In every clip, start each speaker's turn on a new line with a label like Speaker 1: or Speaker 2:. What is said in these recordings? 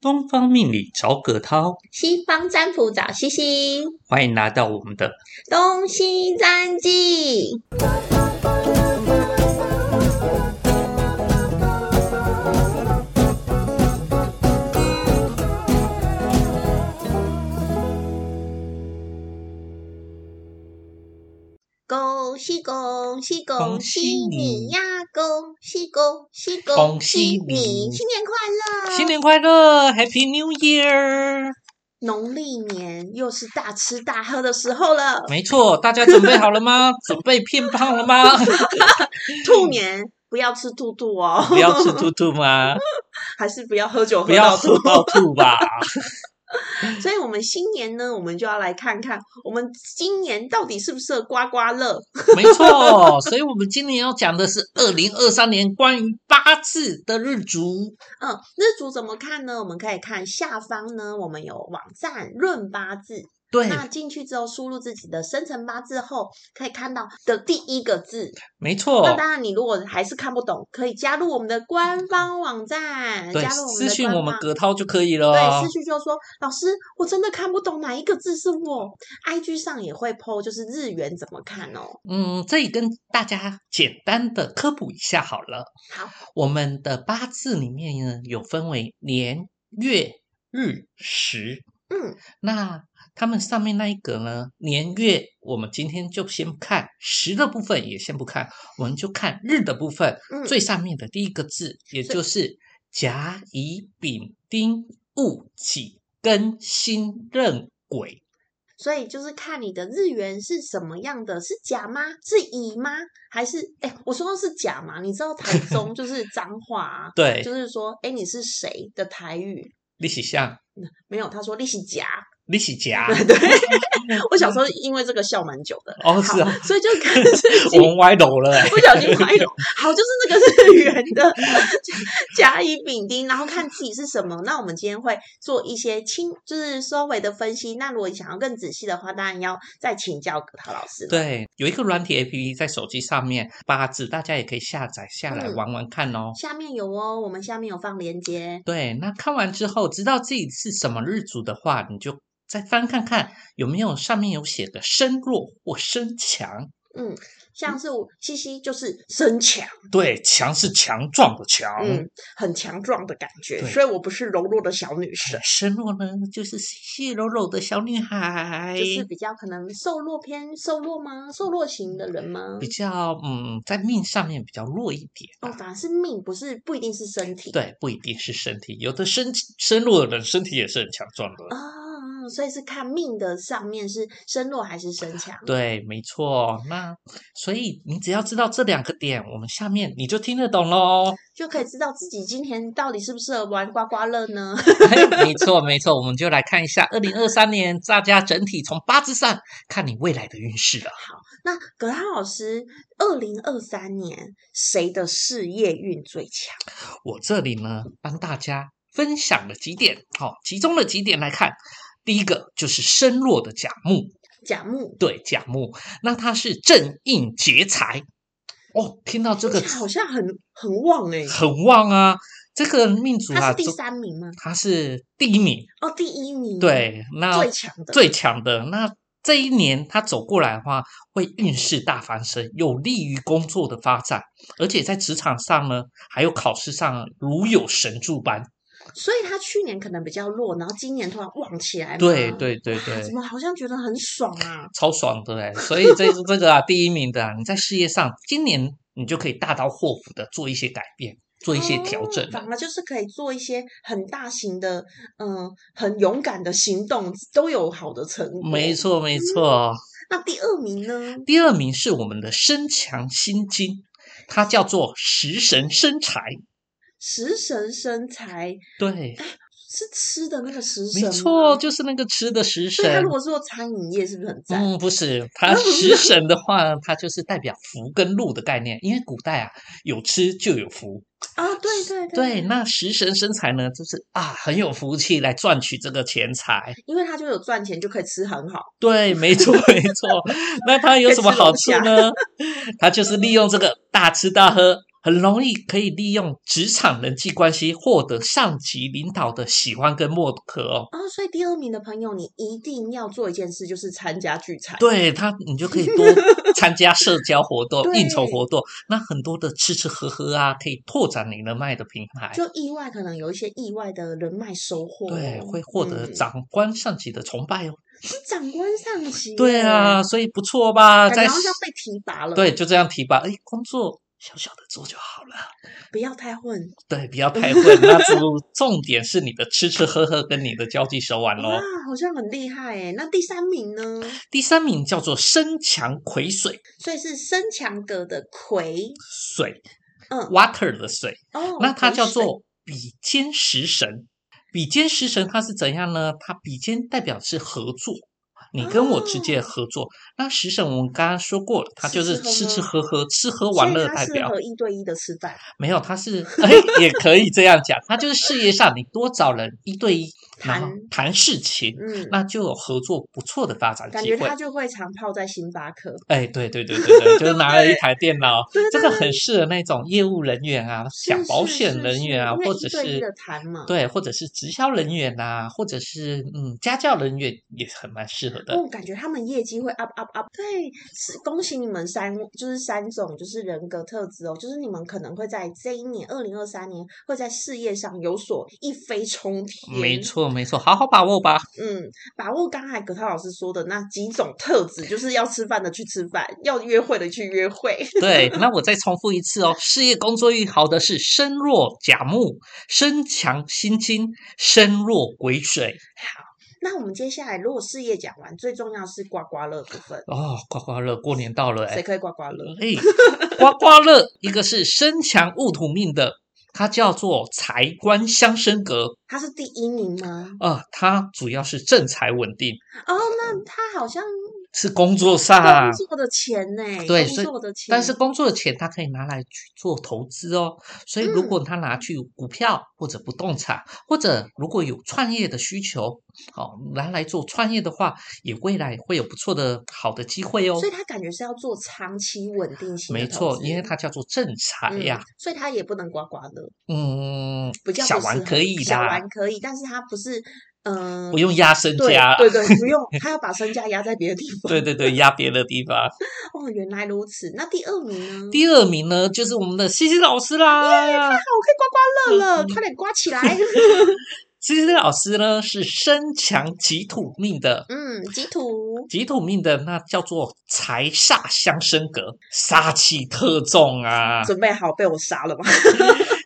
Speaker 1: 东方命理找葛涛，
Speaker 2: 西方占卜找西西，
Speaker 1: 欢迎来到我们的
Speaker 2: 东西占记。恭喜恭喜恭
Speaker 1: 恭喜
Speaker 2: 喜你
Speaker 1: 你
Speaker 2: 呀！恭喜恭喜
Speaker 1: 恭
Speaker 2: 喜
Speaker 1: 喜你
Speaker 2: 新年快乐！
Speaker 1: 新年快乐，Happy New Year！
Speaker 2: 农历年又是大吃大喝的时候了，
Speaker 1: 没错，大家准备好了 吗？准备变胖了吗？
Speaker 2: 兔年不要吃兔兔哦，
Speaker 1: 嗯不要吃，兔兔吗？
Speaker 2: 还是不要喝酒
Speaker 1: 不
Speaker 2: 喝到
Speaker 1: 要
Speaker 2: 吐
Speaker 1: 吃。到吐吧！
Speaker 2: 所以，我们新年呢，我们就要来看看我们今年到底适不适合刮刮乐。
Speaker 1: 没错，所以我们今年要讲的是二零二三年关于八字的日主。
Speaker 2: 嗯，日主怎么看呢？我们可以看下方呢，我们有网站论八字。
Speaker 1: 对，
Speaker 2: 那进去之后，输入自己的生辰八字后，可以看到的第一个字。
Speaker 1: 没
Speaker 2: 那
Speaker 1: 错，
Speaker 2: 当然，你如果还是看不懂，可以加入我们的官方网站，
Speaker 1: 对，
Speaker 2: 加入我们
Speaker 1: 私
Speaker 2: 的
Speaker 1: 讯
Speaker 2: 官
Speaker 1: 我们
Speaker 2: 方
Speaker 1: 葛涛就可以了
Speaker 2: 对，
Speaker 1: 哦
Speaker 2: 思。绪就说：“老师，我真的看不懂哪一个字是我。”IG 上也会 PO，就是日元怎么看哦。
Speaker 1: 嗯，这里跟大家简单的科普一下好了。
Speaker 2: 好，
Speaker 1: 我们的八字里面呢有分为年、月、日、时。
Speaker 2: 嗯，
Speaker 1: 那他们上面那一格呢，年月我们今天就先不看，时的部分也先不看，我们就看日的部分。
Speaker 2: 嗯
Speaker 1: 最上面的第一个字，也
Speaker 2: 是
Speaker 1: 就是甲、乙、丙、丁、戊、己、庚、辛、壬、癸。
Speaker 2: 所以就是看你的日元是什么样的，是甲吗？是乙吗？还是哎、我说的是甲嘛？你知道 台中就是脏话、啊，
Speaker 1: 对，
Speaker 2: 就是说哎、你是谁的台语？
Speaker 1: 你是像，
Speaker 2: 没有，他说你是 甲。。
Speaker 1: 你是甲
Speaker 2: 对，我小时候因为这个笑蛮久的，
Speaker 1: 哦，是啊，
Speaker 2: 所以就 看自己
Speaker 1: 我们歪楼了、欸。
Speaker 2: 不小心怀有，好，就是那个日元的 甲乙丙丁，然后看自己是什么。那我们今天会做一些轻，就是收尾的分析。那如果你想要更仔细的话，当然要再请教葛涛老师。，
Speaker 1: 对，有一个软体 A P P 在手机上面，八字大家也可以下载下来
Speaker 2: 嗯
Speaker 1: 玩玩看哦。
Speaker 2: 下面有哦，我们下面有放链接。
Speaker 1: 对，那看完之后，知道自己是什么日主的话，你就再翻看看有没有上面有写的身弱或身强。
Speaker 2: 像是我西西就是身强，
Speaker 1: 对，强是强壮的强，
Speaker 2: 嗯，很强壮的感觉，
Speaker 1: 对
Speaker 2: 所以我不是柔弱的小女生，
Speaker 1: 身弱呢就是细细柔柔的小女孩，
Speaker 2: 就是比较可能瘦弱偏瘦弱吗？瘦弱型的人吗
Speaker 1: 比？较嗯，在命上面比较弱一点啊、
Speaker 2: 哦，反而是命，不是不一定是身体。
Speaker 1: 对，不一定是身体，有的身身弱的人身体也是很强壮的。
Speaker 2: 哦，所以是看命的上面是身弱还是身强？
Speaker 1: 对，没错。那所以你只要知道这两个点，我们下面你就听得懂喽。
Speaker 2: 就可以知道自己今天到底适不适合玩刮刮乐呢？
Speaker 1: 没错，没错。我们就来看一下二零二三年大家整体从八字上看你未来的运势了。
Speaker 2: 那葛涛老师，二零二三年谁的事业运最强？
Speaker 1: 我这里呢，帮大家分享了几点，好、其中的几点来看。第一个就是身弱的甲木，
Speaker 2: 甲木，
Speaker 1: 对甲木，那它是正印劫财。哦，听到这个
Speaker 2: 听起来好像很很旺哎、
Speaker 1: 很旺啊！这个命主
Speaker 2: 他
Speaker 1: 啊，
Speaker 2: 是第
Speaker 1: 就
Speaker 2: 三名吗？
Speaker 1: 它是第一名，
Speaker 2: 哦，第一名，，
Speaker 1: 对，那
Speaker 2: 嗯最强的，
Speaker 1: 最强的那这一年他走过来的话，会运势大翻身，有利于工作的发展，而且在职场上呢，还有考试上如有神助般。
Speaker 2: 所以他去年可能比较弱，然后今年突然旺起来嘛。
Speaker 1: 对对对
Speaker 2: 哇
Speaker 1: 对
Speaker 2: 怎，么好像觉得很爽啊？
Speaker 1: 超爽的哎！所以这这个啊，第一名的啊，你在事业上今年你就可以大刀阔斧的做一些改变，做一些调整
Speaker 2: 哦
Speaker 1: 了。
Speaker 2: 反而就是可以做一些很大型的，嗯、很勇敢的行动，都有好的成果。
Speaker 1: 没。错没错，
Speaker 2: 那第二名呢？
Speaker 1: 第二名是我们的身强心经，它叫做食神生财。
Speaker 2: 食神身材
Speaker 1: 对，
Speaker 2: 是吃的那个食神，
Speaker 1: 没错，。就是那个吃的食
Speaker 2: 所以他
Speaker 1: 神
Speaker 2: 如。果做餐饮业，是不是很赞？
Speaker 1: 嗯，不是， 它食神的话呢，它就是代表福跟禄的概念，因为古代啊，有吃就有福。
Speaker 2: 啊，对对
Speaker 1: 对，那食神生财呢，就是啊，很有福气来赚取这个钱财。
Speaker 2: 因为他就有赚钱，就可以吃很好。
Speaker 1: 对，没错，没错。那它有
Speaker 2: 可以
Speaker 1: 什么
Speaker 2: 吃龙
Speaker 1: 好处
Speaker 2: 虾
Speaker 1: 呢？它就是利用这个大吃大喝很容易可以利用职场人际关系获得上级领导的喜欢跟认可哦。
Speaker 2: 哦，所以第二名的朋友，你一定要做一件事，就是参加聚餐。
Speaker 1: 对他，你就可以 多参加社交活动、应酬
Speaker 2: 对
Speaker 1: 活动，那很多的吃吃喝喝啊，可以拓展你人脉的平台。
Speaker 2: 就意外，可能有一些意外的人脉收获哦，
Speaker 1: 对，会获得
Speaker 2: 嗯
Speaker 1: 长官上级的崇拜哦。
Speaker 2: 是长官上级，
Speaker 1: 对啊，，所以不错吧？
Speaker 2: 感觉
Speaker 1: 在
Speaker 2: 好像被提拔了，
Speaker 1: 对，，就这样提吧。哎，工作小小的做就好了。
Speaker 2: 不要太混，
Speaker 1: 对，不要太混。那 重重点是你的吃吃喝喝跟你的交际手腕
Speaker 2: 哇
Speaker 1: 喽。，
Speaker 2: 好像很厉害哎。那第三名呢？
Speaker 1: 第三名叫做身强魁水，
Speaker 2: 所以是身强格的魁，
Speaker 1: 水
Speaker 2: 嗯，
Speaker 1: water 的水，
Speaker 2: 哦，
Speaker 1: 那它
Speaker 2: 魁
Speaker 1: 叫
Speaker 2: 水
Speaker 1: 做比肩食神。比肩食神它是怎样呢？它比肩代表是合作，你跟我之间的合作。那食神我们刚刚说过了，它
Speaker 2: 啊吃
Speaker 1: 就
Speaker 2: 吃
Speaker 1: 是吃吃
Speaker 2: 喝喝
Speaker 1: 喝喝、吃喝
Speaker 2: 所
Speaker 1: 玩
Speaker 2: 以
Speaker 1: 乐
Speaker 2: 它
Speaker 1: 代
Speaker 2: 适
Speaker 1: 表。
Speaker 2: 合一对一的吃 饭，
Speaker 1: 没有，他是哎、也可以这样讲，他就是事业上你多找人一对一，然后
Speaker 2: 谈
Speaker 1: 谈事情，
Speaker 2: 嗯，
Speaker 1: 那就有合作不错的发展
Speaker 2: 感
Speaker 1: 机
Speaker 2: 觉
Speaker 1: 会
Speaker 2: 他。就会常泡在星巴克，
Speaker 1: 哎，对对对对对，就是拿了一
Speaker 2: 对
Speaker 1: 台电脑
Speaker 2: 对，
Speaker 1: 这个很适合那种业务人员啊、讲
Speaker 2: 是
Speaker 1: 保
Speaker 2: 是
Speaker 1: 险
Speaker 2: 是
Speaker 1: 人
Speaker 2: 是
Speaker 1: 员啊，
Speaker 2: 因为
Speaker 1: 或
Speaker 2: 一
Speaker 1: 者
Speaker 2: 对一
Speaker 1: 是
Speaker 2: 的谈嘛
Speaker 1: 对，或者是直销人员呐、或者是嗯家教人员也很蛮适合的。
Speaker 2: 哦，感觉他们业绩会 up up up。对，是恭喜你们三，就是三种就是人格特质哦，就是你们可能会在这一年二零二三年会在事业上有所一飞冲天。
Speaker 1: 没，错没错，好好把握吧。
Speaker 2: 嗯，把握刚才葛涛老师说的那几种特质，就是要吃饭的去吃饭，要约会的去约会。
Speaker 1: 对，那我再重复一次哦，事业工作运好的是身弱甲木，身强心金，身弱癸水。
Speaker 2: 那我们接下来如果事业讲完，最重要是刮刮乐部分，
Speaker 1: 哦，刮刮乐，过年到了
Speaker 2: 谁
Speaker 1: 哎，
Speaker 2: 可以刮刮乐？
Speaker 1: 哎，刮刮乐，一个是身强戊土命的，它叫做财官相生格
Speaker 2: 他是第一名吗？
Speaker 1: 啊、呃它主要是正财稳定，
Speaker 2: 哦，那他好像
Speaker 1: 是工作上
Speaker 2: 工。作的钱呢、
Speaker 1: 啊对所
Speaker 2: 工
Speaker 1: 以
Speaker 2: 作的钱，
Speaker 1: 但是工作的钱，它可以拿来去做投资哦。所以，如
Speaker 2: 嗯
Speaker 1: 果他拿去股票或者不动产，或者如果有创业的需求，好、拿来做创业的话，也未来会有不错的好的机会哦
Speaker 2: 所。以他感觉是要做长期稳定性的
Speaker 1: 没
Speaker 2: 投
Speaker 1: 错
Speaker 2: 资，，
Speaker 1: 因为它叫做正财
Speaker 2: 嗯
Speaker 1: 呀、
Speaker 2: 所以他也不能刮刮乐，
Speaker 1: 嗯，
Speaker 2: 比较
Speaker 1: 小
Speaker 2: 不适
Speaker 1: 玩
Speaker 2: 合
Speaker 1: 可以
Speaker 2: 小
Speaker 1: 的，
Speaker 2: 玩可以，但是他不是，嗯、
Speaker 1: 不用压身
Speaker 2: 对
Speaker 1: 家。
Speaker 2: 对对，不用，他要把身价压在别的地方。
Speaker 1: 对对对，压别的地方。
Speaker 2: 哦，原来如此。那第二名呢？
Speaker 1: 第二名呢，就是我们的西西老师啦。
Speaker 2: 好，哦我可以刮刮乐了，
Speaker 1: 嗯
Speaker 2: 快点刮起来。
Speaker 1: 西西老师呢是身强己土命的，
Speaker 2: 嗯，吉土，
Speaker 1: 己土命的那叫做财煞相生格，杀气特重啊。
Speaker 2: 准备好被我杀了吗？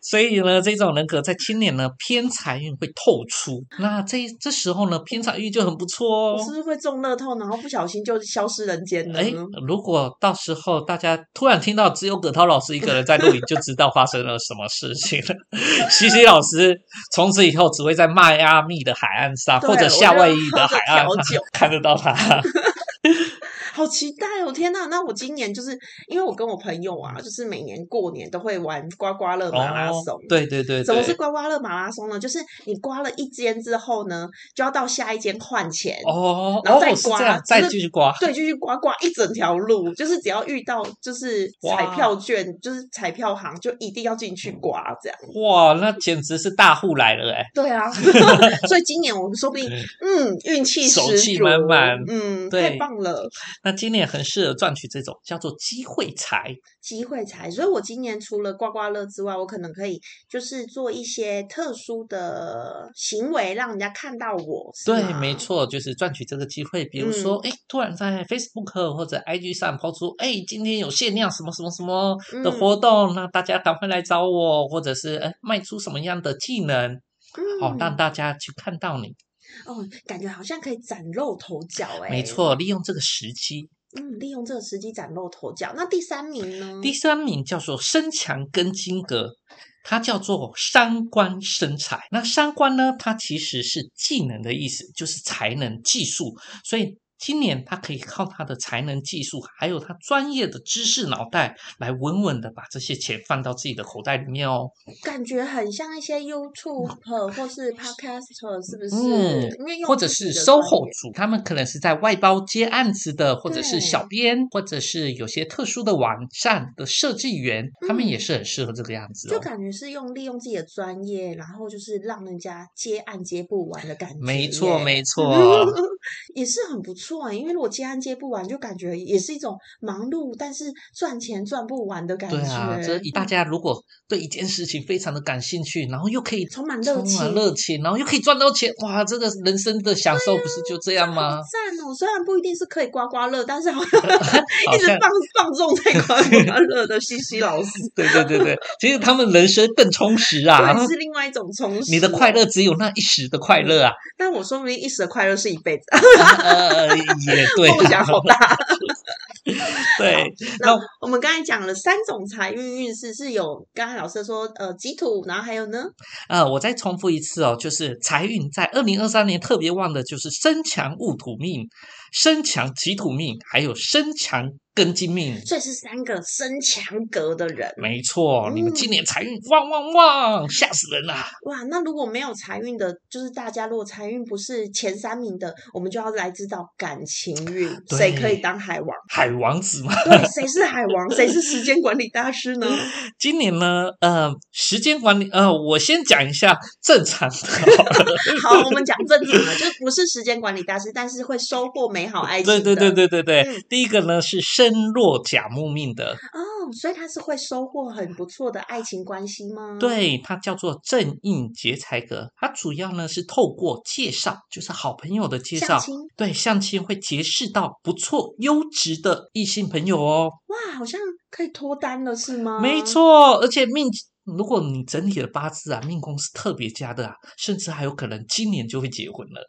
Speaker 1: 所以呢，这种人格在今年呢偏财运会透出。那这这时候呢，偏财运就很不错
Speaker 2: 我
Speaker 1: 哦
Speaker 2: 是。不是会中乐透，然后不小心就消失人间了
Speaker 1: 哎
Speaker 2: 呢？，
Speaker 1: 如果到时候大家突然听到只有葛涛老师一个人在录影，就知道发生了什么事情 了。西西老师从此以后只会在迈阿密的海岸上，
Speaker 2: 对
Speaker 1: 或者
Speaker 2: 我
Speaker 1: 夏
Speaker 2: 就
Speaker 1: 威夷的
Speaker 2: 喝着
Speaker 1: 海岸
Speaker 2: 调
Speaker 1: 上
Speaker 2: 酒
Speaker 1: 看得到他。
Speaker 2: 好期待哦！天呐，那我今年就是因为我跟我朋友啊，就是每年过年都会玩刮刮乐 马拉松。
Speaker 1: 哦，对对对
Speaker 2: 怎么
Speaker 1: 对
Speaker 2: 是。刮刮乐马拉松呢？就是你刮了一间之后呢，就要到下一间换钱。
Speaker 1: 哦，
Speaker 2: 然后再
Speaker 1: 哦是
Speaker 2: 刮
Speaker 1: 这样，
Speaker 2: 就
Speaker 1: 再
Speaker 2: 是
Speaker 1: 继续刮。
Speaker 2: 对，就去刮刮一整条路，就是只要遇到就是彩
Speaker 1: 哇
Speaker 2: 票券，就是彩票行，就一定要进去刮这样。
Speaker 1: 哇，那简直是大户来了哎、
Speaker 2: 对啊， 所以今年我们说不定，嗯，运气
Speaker 1: 手
Speaker 2: 十
Speaker 1: 气
Speaker 2: 足
Speaker 1: 满满
Speaker 2: 嗯，太
Speaker 1: 对
Speaker 2: 棒了。
Speaker 1: 那今年很适合赚取这种叫做机会财，
Speaker 2: 机会财，所以我今年除了刮刮乐之外，我可能可以就是做一些特殊的行为，让人家看到我。是
Speaker 1: 对，
Speaker 2: 吗
Speaker 1: 没。错，就是赚取这个机会。比如说，哎、突然在 Facebook 或者 IG 上抛出，哎，今天有限量什么什么什么
Speaker 2: 嗯
Speaker 1: 的活动，那大家赶快来找我，或者是哎卖出什么样的技能，好、
Speaker 2: 嗯，
Speaker 1: 让大家去看到你。
Speaker 2: 哦，感觉好像可以崭露头角哎、
Speaker 1: 没，错，利用这个时机。
Speaker 2: 嗯，利用这个时机崭露头角。那第三名呢？
Speaker 1: 第三名叫做身强根金格，它叫做三官生财。那三官呢，它其实是技能的意思，就是才能、技术。所以今年他可以靠他的才能、技术，还有他专业的知识脑袋，来稳稳的把这些钱放到自己的口袋里面哦。
Speaker 2: 感觉很像一些 YouTuber 或是 Podcaster，是不是？
Speaker 1: 嗯
Speaker 2: 因为用
Speaker 1: 或者
Speaker 2: 自己
Speaker 1: 是
Speaker 2: 的
Speaker 1: SOHO 组，他们可能是在外包接案子的，或者是
Speaker 2: 对
Speaker 1: 小编，或者是有些特殊的网站的设计员，他们也
Speaker 2: 嗯
Speaker 1: 是很适合这个样子
Speaker 2: 就
Speaker 1: 哦。
Speaker 2: 感觉是用利用自己的专业，然后就是让人家接案接不完的感觉耶。
Speaker 1: 没错，没
Speaker 2: 嗯
Speaker 1: 错。
Speaker 2: 也是很不错、欸，因为如果接案接不完，就感觉也是一种忙碌，但是赚钱赚不完的感觉。嗯
Speaker 1: 对啊，这一大家如果对一件事情非常的感兴趣，然后又可以
Speaker 2: 充满热
Speaker 1: 充满啊
Speaker 2: 情，
Speaker 1: 热情，然后又可以赚到钱，哇，这个人生的享受不是就这样
Speaker 2: 好
Speaker 1: 吗？
Speaker 2: 赞哦！虽然不一定是可以刮刮乐，但是好像一直
Speaker 1: 像
Speaker 2: 放放纵在刮刮乐的西西老师，
Speaker 1: 对对对对，其实他们人生更充实啊
Speaker 2: 对，。是另外一种充实。
Speaker 1: 你的快，乐只有那一时的快 乐啊，
Speaker 2: 但我说明一时的快乐是一辈子，
Speaker 1: 呃，也 对
Speaker 2: 梦想
Speaker 1: 啊，
Speaker 2: 好 大。
Speaker 1: 对，
Speaker 2: 那
Speaker 1: 那
Speaker 2: 我们刚才讲了三种财运运势，是有刚才老师说呃己土，然后还有呢，
Speaker 1: 呃，我再重复一次哦，就是财运在二零二三年特别旺的，就是身强戊土命、身强己土命，还有身强庚金命。
Speaker 2: 所以是三个身强格的人。
Speaker 1: 没错，你们
Speaker 2: 嗯
Speaker 1: 今年财运旺旺旺，吓死人啊啦！
Speaker 2: 哇，那如果没有财运的，就是大家如果财运不是前三名的，我们就要来知道感情运，
Speaker 1: 对
Speaker 2: 谁可以当海王？
Speaker 1: 海王子嘛，
Speaker 2: 对，谁是海王？谁是时间管理大师呢？
Speaker 1: 今年呢，呃，时间管理，呃，我先讲一下正常的好 了
Speaker 2: 好，我们讲正常的，就是不是时间管理大师，但是会收获美好爱情
Speaker 1: 对
Speaker 2: 的。
Speaker 1: 对对对对对，
Speaker 2: 嗯
Speaker 1: 第一个呢是身弱甲木命的，
Speaker 2: 哦，所以他是会收获很不错的爱情关系吗？，
Speaker 1: 对，它叫做正印劫财格，它主要呢是透过介绍，就是好朋友的介
Speaker 2: 相
Speaker 1: 绍，
Speaker 2: 亲
Speaker 1: 对相亲会结识到不错优质的异性朋友哦，
Speaker 2: 哇，好像可以脱单了是吗？
Speaker 1: 没。错，而且命。如果你整体的八字啊，命宫是特别佳的啊，甚至还有可能今年就会结婚了。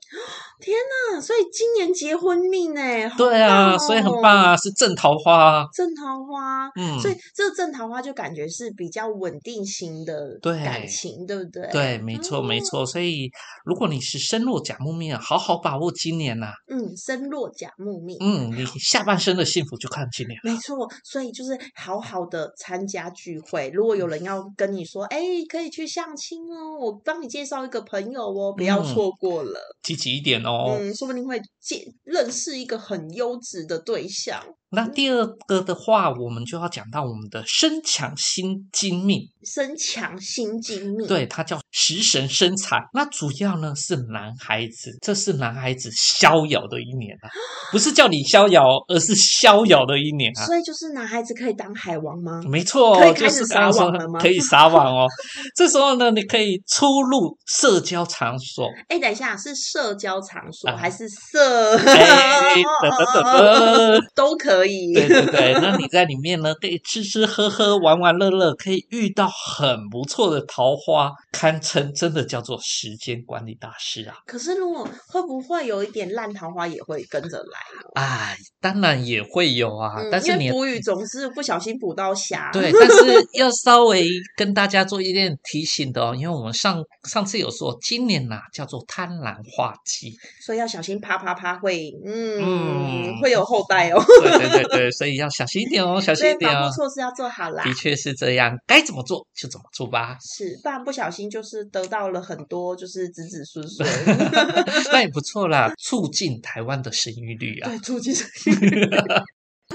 Speaker 2: 啊，所以今年结婚命哎、好
Speaker 1: 对啊，
Speaker 2: 棒
Speaker 1: 所以很
Speaker 2: 哦
Speaker 1: 棒啊，是正桃花啊。
Speaker 2: 正桃花，
Speaker 1: 嗯，
Speaker 2: 所以这个正桃花就感觉是比较稳定型的
Speaker 1: 对
Speaker 2: 感情，对不对？，
Speaker 1: 对，没错，没错。
Speaker 2: 嗯
Speaker 1: 所以，如果你是身弱甲木命啊，好好把握今年呐、
Speaker 2: 嗯，身弱甲木命，
Speaker 1: 嗯，你下半生的幸福就看今年了。
Speaker 2: 没错。所以就是好好的参加聚会，如果有人要跟你说，哎，可以去相亲哦，我帮你介绍一个朋友哦，不要
Speaker 1: 嗯
Speaker 2: 错过了，
Speaker 1: 积极一点哦。
Speaker 2: 嗯，说不定会见认识一个很优质的对象。
Speaker 1: 那第二个的话，我们就要讲到我们的身强心精命，
Speaker 2: 身强心精密，
Speaker 1: 对，它叫食神身财。那主要呢是男孩子，这是男孩子逍遥的一年啊，不是叫你逍遥哦，而是逍遥的一年啊。
Speaker 2: 所以就是男孩子可以当海王吗？
Speaker 1: 没错，哦
Speaker 2: 可以
Speaker 1: 就
Speaker 2: 开
Speaker 1: 是
Speaker 2: 始
Speaker 1: 刚刚
Speaker 2: 撒网
Speaker 1: 说
Speaker 2: 了吗
Speaker 1: 可以撒网哦。这时候呢，你可以出入社交场所，
Speaker 2: 哎，等一下，是社交场所、
Speaker 1: 啊
Speaker 2: 还是色？
Speaker 1: 哎，等等等等，
Speaker 2: 都可以。
Speaker 1: 对对对，那你在里面呢，可以吃吃喝喝，玩玩乐乐，可以遇到很不错的桃花，堪称真的叫做时间管理大师啊！
Speaker 2: 可是如果会不会有一点烂桃花也会跟着来？
Speaker 1: 哎，当然也会有啊，
Speaker 2: 嗯
Speaker 1: 但是
Speaker 2: 因
Speaker 1: 你
Speaker 2: 为。捕鱼总是不小心捕到虾。
Speaker 1: 对，但是要稍微跟大家做一点提醒的哦，因为我们上上次有说，今年呐、叫做贪婪化忌，
Speaker 2: 所以要小心啪啪啪会，嗯，
Speaker 1: 嗯
Speaker 2: 会有后代哦。
Speaker 1: 对对对对，所以要小心一点 哦，小
Speaker 2: 所
Speaker 1: 心
Speaker 2: 以
Speaker 1: 一点
Speaker 2: 防
Speaker 1: 哦
Speaker 2: 护。措施要做好啦。
Speaker 1: 的。确是这样，该怎么做就怎么做吧
Speaker 2: 是，不然不小心就是得到了很多就是子子孙孙，
Speaker 1: 那也不错啦，促进台湾的生育率啊。
Speaker 2: 对，促进生 育。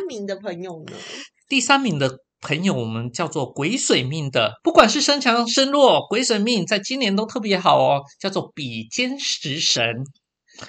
Speaker 2: 名的朋友呢？
Speaker 1: 第三名的朋友，我们叫做癸水命的，不管是身强身弱，癸水命在今年都特别好哦，叫做比肩食神。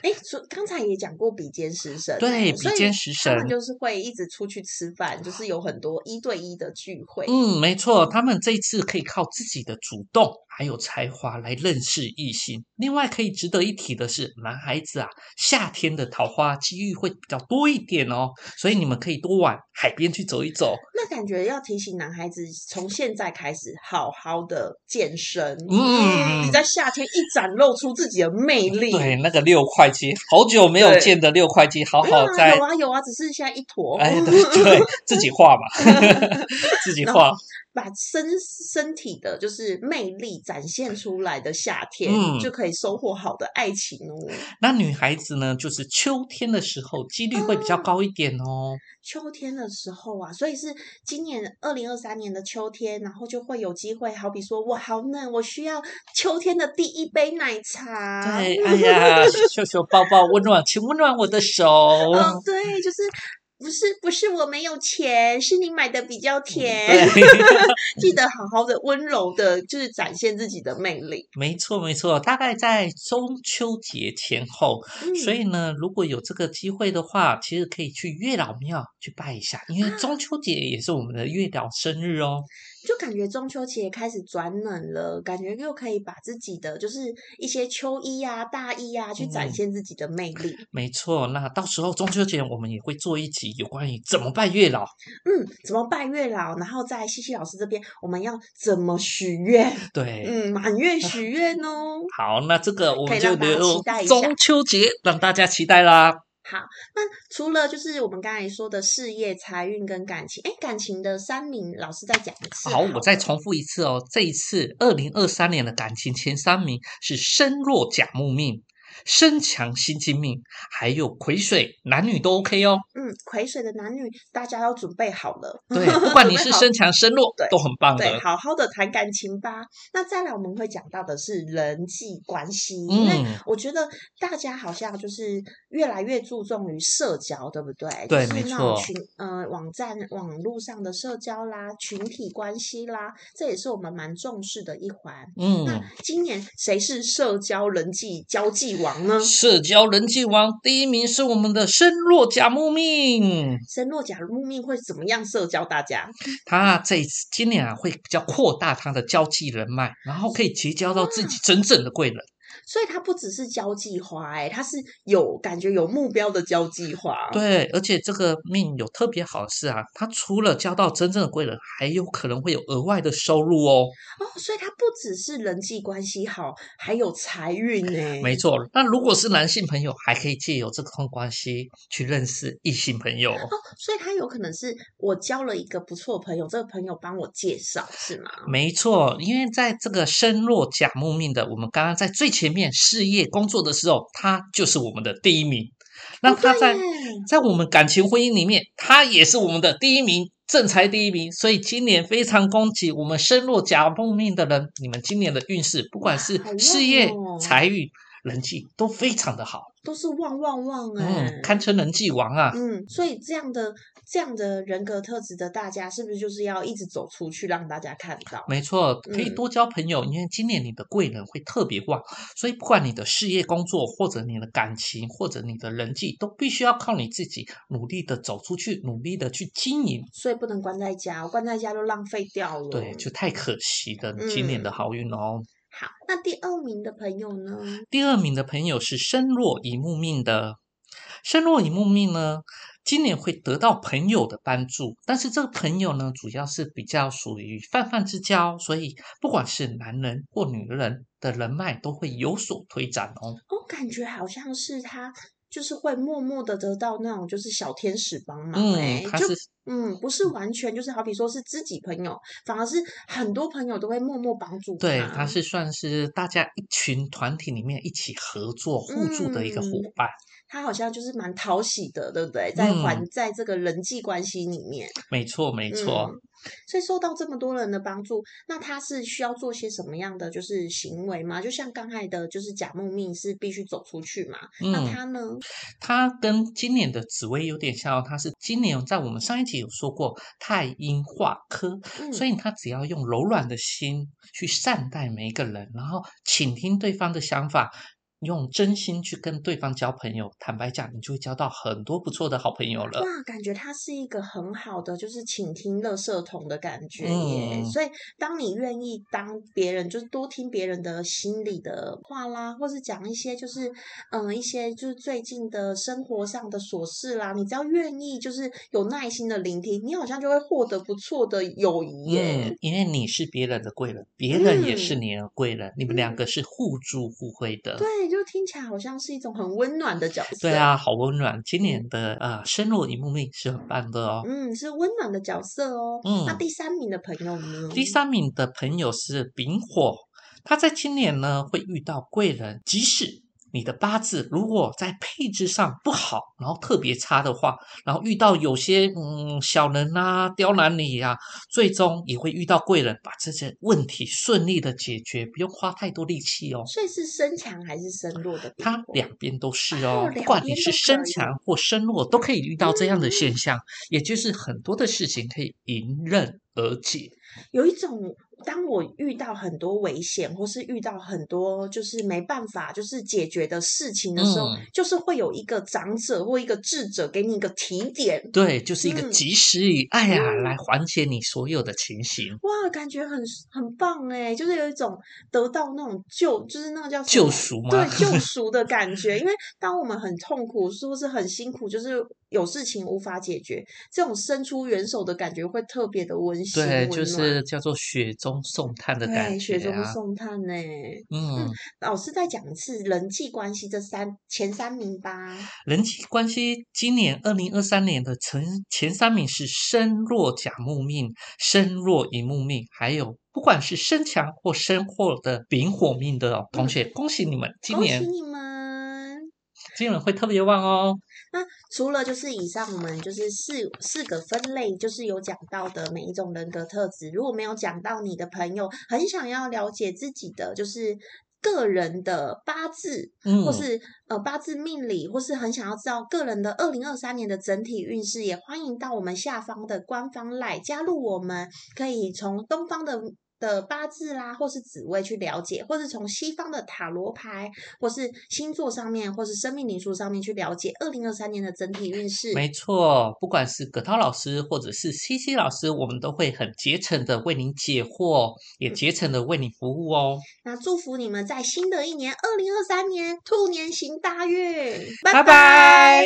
Speaker 2: 哎，所刚才也讲过比肩食神啊，
Speaker 1: 对比
Speaker 2: 所以
Speaker 1: 肩食
Speaker 2: 他们
Speaker 1: 神
Speaker 2: 就是会一直出去吃饭，就是有很多一对一的聚会。
Speaker 1: 嗯，没错，他们这一次可以靠自己的主动还有才华来认识异性。另外，可以值得一提的是，男孩子啊，夏天的桃花机遇会比较多一点哦，所以你们可以多往海边去走一走。
Speaker 2: 那感觉要提醒男孩子，从现在开始好好的健身。
Speaker 1: 嗯
Speaker 2: 你在夏天一展露出自己的魅力。
Speaker 1: 对，那个六块肌，好久没有
Speaker 2: 对
Speaker 1: 见的六块肌，好
Speaker 2: 没有
Speaker 1: 好
Speaker 2: 啊，
Speaker 1: 在哎
Speaker 2: 有啊有啊，只是现在一坨。
Speaker 1: 哎，对对，自己画嘛，自己
Speaker 2: 然后
Speaker 1: 画，
Speaker 2: 把身身体的就是魅力展现出来的夏天，
Speaker 1: 嗯
Speaker 2: 就可以收获好的爱情哦。
Speaker 1: 那女孩子呢，就是秋天的时候几率会比较高一点哦。
Speaker 2: 秋天的时候啊，所以是今年二零二三年的秋天，然后就会有机会，好比说我好冷，我需要秋天的第一杯奶茶。
Speaker 1: 对，哎呀，秀秀抱抱，温暖，请温暖我的手。
Speaker 2: 嗯，对，就是不是不是我没有钱，是你买的比较甜。
Speaker 1: 嗯对，
Speaker 2: 记得好好的温柔的，就是展现自己的魅力。
Speaker 1: 没错没错，大概在中秋节前后，
Speaker 2: 嗯、
Speaker 1: 所以呢，如果有这个机会的话，其实可以去月老庙去拜一下，因为中秋节也是我们的月老生日哦。
Speaker 2: 就感觉中秋节开始转冷了，感觉又可以把自己的就是一些秋衣啊、大衣啊，去展
Speaker 1: 嗯
Speaker 2: 现自己的魅力。
Speaker 1: 没错，那到时候中秋节我们也会做一集有关于怎么拜月老。
Speaker 2: 嗯，怎么拜月老？然后在西西老师这边，我们要怎么许 愿？
Speaker 1: 对，
Speaker 2: 嗯，满 月许愿哦。
Speaker 1: 好，那这个我
Speaker 2: 可以
Speaker 1: 们就
Speaker 2: 让大家
Speaker 1: 留
Speaker 2: 期待一下
Speaker 1: 中秋节让大家期待啦。
Speaker 2: 那除了就是我们刚才说的事业、财运跟感情，哎，感情的三名老师再讲一次。
Speaker 1: 好，我再重复一次哦。这一次，二零二三年的感情前三名是身弱甲木命、身强心金命，还有癸水，男女都 OK 哦。
Speaker 2: 嗯，癸水的男女大家要准备好了。
Speaker 1: 对，不管你
Speaker 2: 准备
Speaker 1: 是
Speaker 2: 好
Speaker 1: 身强身弱
Speaker 2: 对，
Speaker 1: 都很棒
Speaker 2: 对，
Speaker 1: 的。
Speaker 2: 好好的谈感情吧。那再来我们会讲到的是人际关系，因为
Speaker 1: 嗯，
Speaker 2: 我觉得大家好像就是越来越注重于社交，对不对？
Speaker 1: 对
Speaker 2: 就是
Speaker 1: 没
Speaker 2: 那种
Speaker 1: 错
Speaker 2: 群呃网站网络上的社交啦，群体关系啦，这也是我们蛮重视的一环。那
Speaker 1: 嗯，
Speaker 2: 今年谁是社交人际交际王呢？
Speaker 1: 社交人际王第一名是我们的身弱甲木命，
Speaker 2: 深若假如木命会怎么样社交大家？
Speaker 1: 他这一次今年啊会比较扩大他的交际人脉，然后可以结交到自己真正的贵人。
Speaker 2: 所以它不只是交际花、欸，它是有感觉有目标的交际花。
Speaker 1: 对，而且这个命有特别好的是啊，他除了交到真正的贵人，还有可能会有额外的收入哦。
Speaker 2: 哦，所以它不只是人际关系好，还有财运欸呢、
Speaker 1: 没错，那如果是男性朋友，还可以借由这段关系去认识异性朋友。
Speaker 2: 嗯哦所以它有可能是我交了一个不错的朋友，这个朋友帮我介绍，是吗？
Speaker 1: 没错，因为在这个身弱甲木命的，我们刚刚在最前面事业工作的时候，他就是我们的第一名。那
Speaker 2: 哦
Speaker 1: 他
Speaker 2: 对
Speaker 1: 在、
Speaker 2: 耶
Speaker 1: 在我们感情婚姻里面，他也是我们的第一名，正财第一名。所以今年非常恭喜我们身弱甲木命的人，你们今年的运势，不管是
Speaker 2: 好旺
Speaker 1: 事业、
Speaker 2: 哦
Speaker 1: 财运、人际，都非常的好，
Speaker 2: 都是旺旺旺哎、
Speaker 1: 嗯，堪称人际王啊。
Speaker 2: 嗯，所以这样的这样的人格特质的大家，是不是就是要一直走出去，让大家看到？
Speaker 1: 没错，可以
Speaker 2: 嗯
Speaker 1: 多交朋友，因为今年你的贵人会特别旺，所以不管你的事业、工作，或者你的感情，或者你的人际，都必须要靠你自己努力的走出去，努力的去经营。
Speaker 2: 所以不能关在家，关在家都浪费掉了。
Speaker 1: 对，就太可惜了，你今年的
Speaker 2: 嗯
Speaker 1: 好运哦。
Speaker 2: 好。那第二名的朋友呢？
Speaker 1: 第二名的朋友是身弱乙木命的，身弱乙木命呢，今年会得到朋友的帮助，但是这个朋友呢，主要是比较属于泛泛之交，所以不管是男人或女人的人脉都会有所推展哦。
Speaker 2: 我感觉好像是他，就是会默默的得到那种就是小天使帮忙、
Speaker 1: 嗯
Speaker 2: 欸，，
Speaker 1: 他
Speaker 2: 就是嗯，不是完全就是好比说是知己朋友，反而是很多朋友都会默默帮助
Speaker 1: 对，他是算是大家一群团体里面一起合作互助的一个伙
Speaker 2: 嗯
Speaker 1: 伴。
Speaker 2: 他好像就是蛮讨喜的，对不对？在环、
Speaker 1: 嗯
Speaker 2: 在这个人际关系里面，
Speaker 1: 没错，没错。
Speaker 2: 嗯。所以受到这么多人的帮助，那他是需要做些什么样的就是行为吗？就像刚才的，就是假梦命是必须走出去嘛。那
Speaker 1: 嗯，
Speaker 2: 他呢？
Speaker 1: 它跟今年的紫薇有点像哦，它是今年在我们上一集有说过太阴化科，
Speaker 2: 嗯，
Speaker 1: 所以他只要用柔软的心去善待每一个人，然后倾听对方的想法，用真心去跟对方交朋友。坦白讲，你就会交到很多不错的好朋友了。
Speaker 2: 哇，感觉它是一个很好的，就是倾听乐色桶的感觉耶。
Speaker 1: 嗯
Speaker 2: 所以，当你愿意当别人，就是多听别人的心里的话啦，或是讲一些就是嗯、呃一些就是最近的生活上的琐事啦，你只要愿意，就是有耐心的聆听，你好像就会获得不错的友谊耶。
Speaker 1: 嗯，因为你是别人的贵人，别人也是
Speaker 2: 嗯
Speaker 1: 你的贵人，你们两
Speaker 2: 嗯
Speaker 1: 个是互助互惠的。
Speaker 2: 对就听起来好像是一种很温暖的角色。
Speaker 1: 对，啊，好温暖。今年的呃深入荧幕命是很棒的哦。
Speaker 2: 嗯，是温暖的角色哦。
Speaker 1: 嗯
Speaker 2: 那第三名的朋友呢？
Speaker 1: 第，三名的朋友是丙火，他在今年呢会遇到贵人，即使。你的八字如果在配置上不好，然后特别差的话，然后遇到有些嗯小人啊刁难你啊，最终也会遇到贵人，把这些问题顺利的解决，不用花太多力气哦。
Speaker 2: 所以是身强还是身弱的比？
Speaker 1: 它两边都是哦，
Speaker 2: 哦
Speaker 1: 不
Speaker 2: 两
Speaker 1: 管你
Speaker 2: 边
Speaker 1: 是
Speaker 2: 都嗯
Speaker 1: 身
Speaker 2: 可以
Speaker 1: 强或身弱，都可以遇到这样的现象，也就是很多的事情可以迎刃而解。
Speaker 2: 有一种，当我遇到很多危险，或是遇到很多就是没办法就是解决的事情的时候，
Speaker 1: 嗯
Speaker 2: 就是会有一个长者或一个智者给你一个提点。
Speaker 1: 对，就是一个
Speaker 2: 嗯
Speaker 1: 及时雨，哎呀，来缓解你所有的情形，
Speaker 2: 哇，感觉很很棒哎，就是有一种得到那种救，就是那个叫什
Speaker 1: 救
Speaker 2: 么
Speaker 1: 赎
Speaker 2: 对
Speaker 1: 吗？
Speaker 2: 救赎的感觉。因为当我们很痛苦，是不是很辛苦，就是有事情无法解决，这种伸出援手的感觉会特别的温馨，
Speaker 1: 对，
Speaker 2: 温
Speaker 1: 就
Speaker 2: 暖
Speaker 1: 是叫做雪中送炭的感
Speaker 2: 对
Speaker 1: 觉
Speaker 2: 雪中
Speaker 1: 啊。
Speaker 2: 送炭欸呢。
Speaker 1: 嗯，
Speaker 2: 老师再讲一次人际关系这三前三名吧。
Speaker 1: 人际关系今年二零二三年的前前三名是身弱甲木命、身弱乙木命，还有不管是身强或身弱的丙火命的、哦、同学，恭喜你们，今
Speaker 2: 嗯恭喜
Speaker 1: 年
Speaker 2: 你们！
Speaker 1: 今年会特别旺哦。
Speaker 2: 那除了就是以上我们就是四四个分类，就是有讲到的每一种人格特质，如果没有讲到你的朋友很想要了解自己的就是个人的八字，
Speaker 1: 嗯，
Speaker 2: 或是呃八字命理，或是很想要知道个人的二零二三年的整体运势，也欢迎到我们下方的官方 LINE 加入我们，可以从东方的。的八字啦，或是紫微去了解，或是从西方的塔罗牌，或是星座上面，或是生命灵数上面去了解二零二三年的整体运势。
Speaker 1: 没错，不管是葛涛老师或者是西西老师，我们都会很竭诚的为您解惑，也竭诚的为你服务哦。
Speaker 2: 那祝福你们在新的一年二零二三年兔年行大运，
Speaker 1: 拜拜。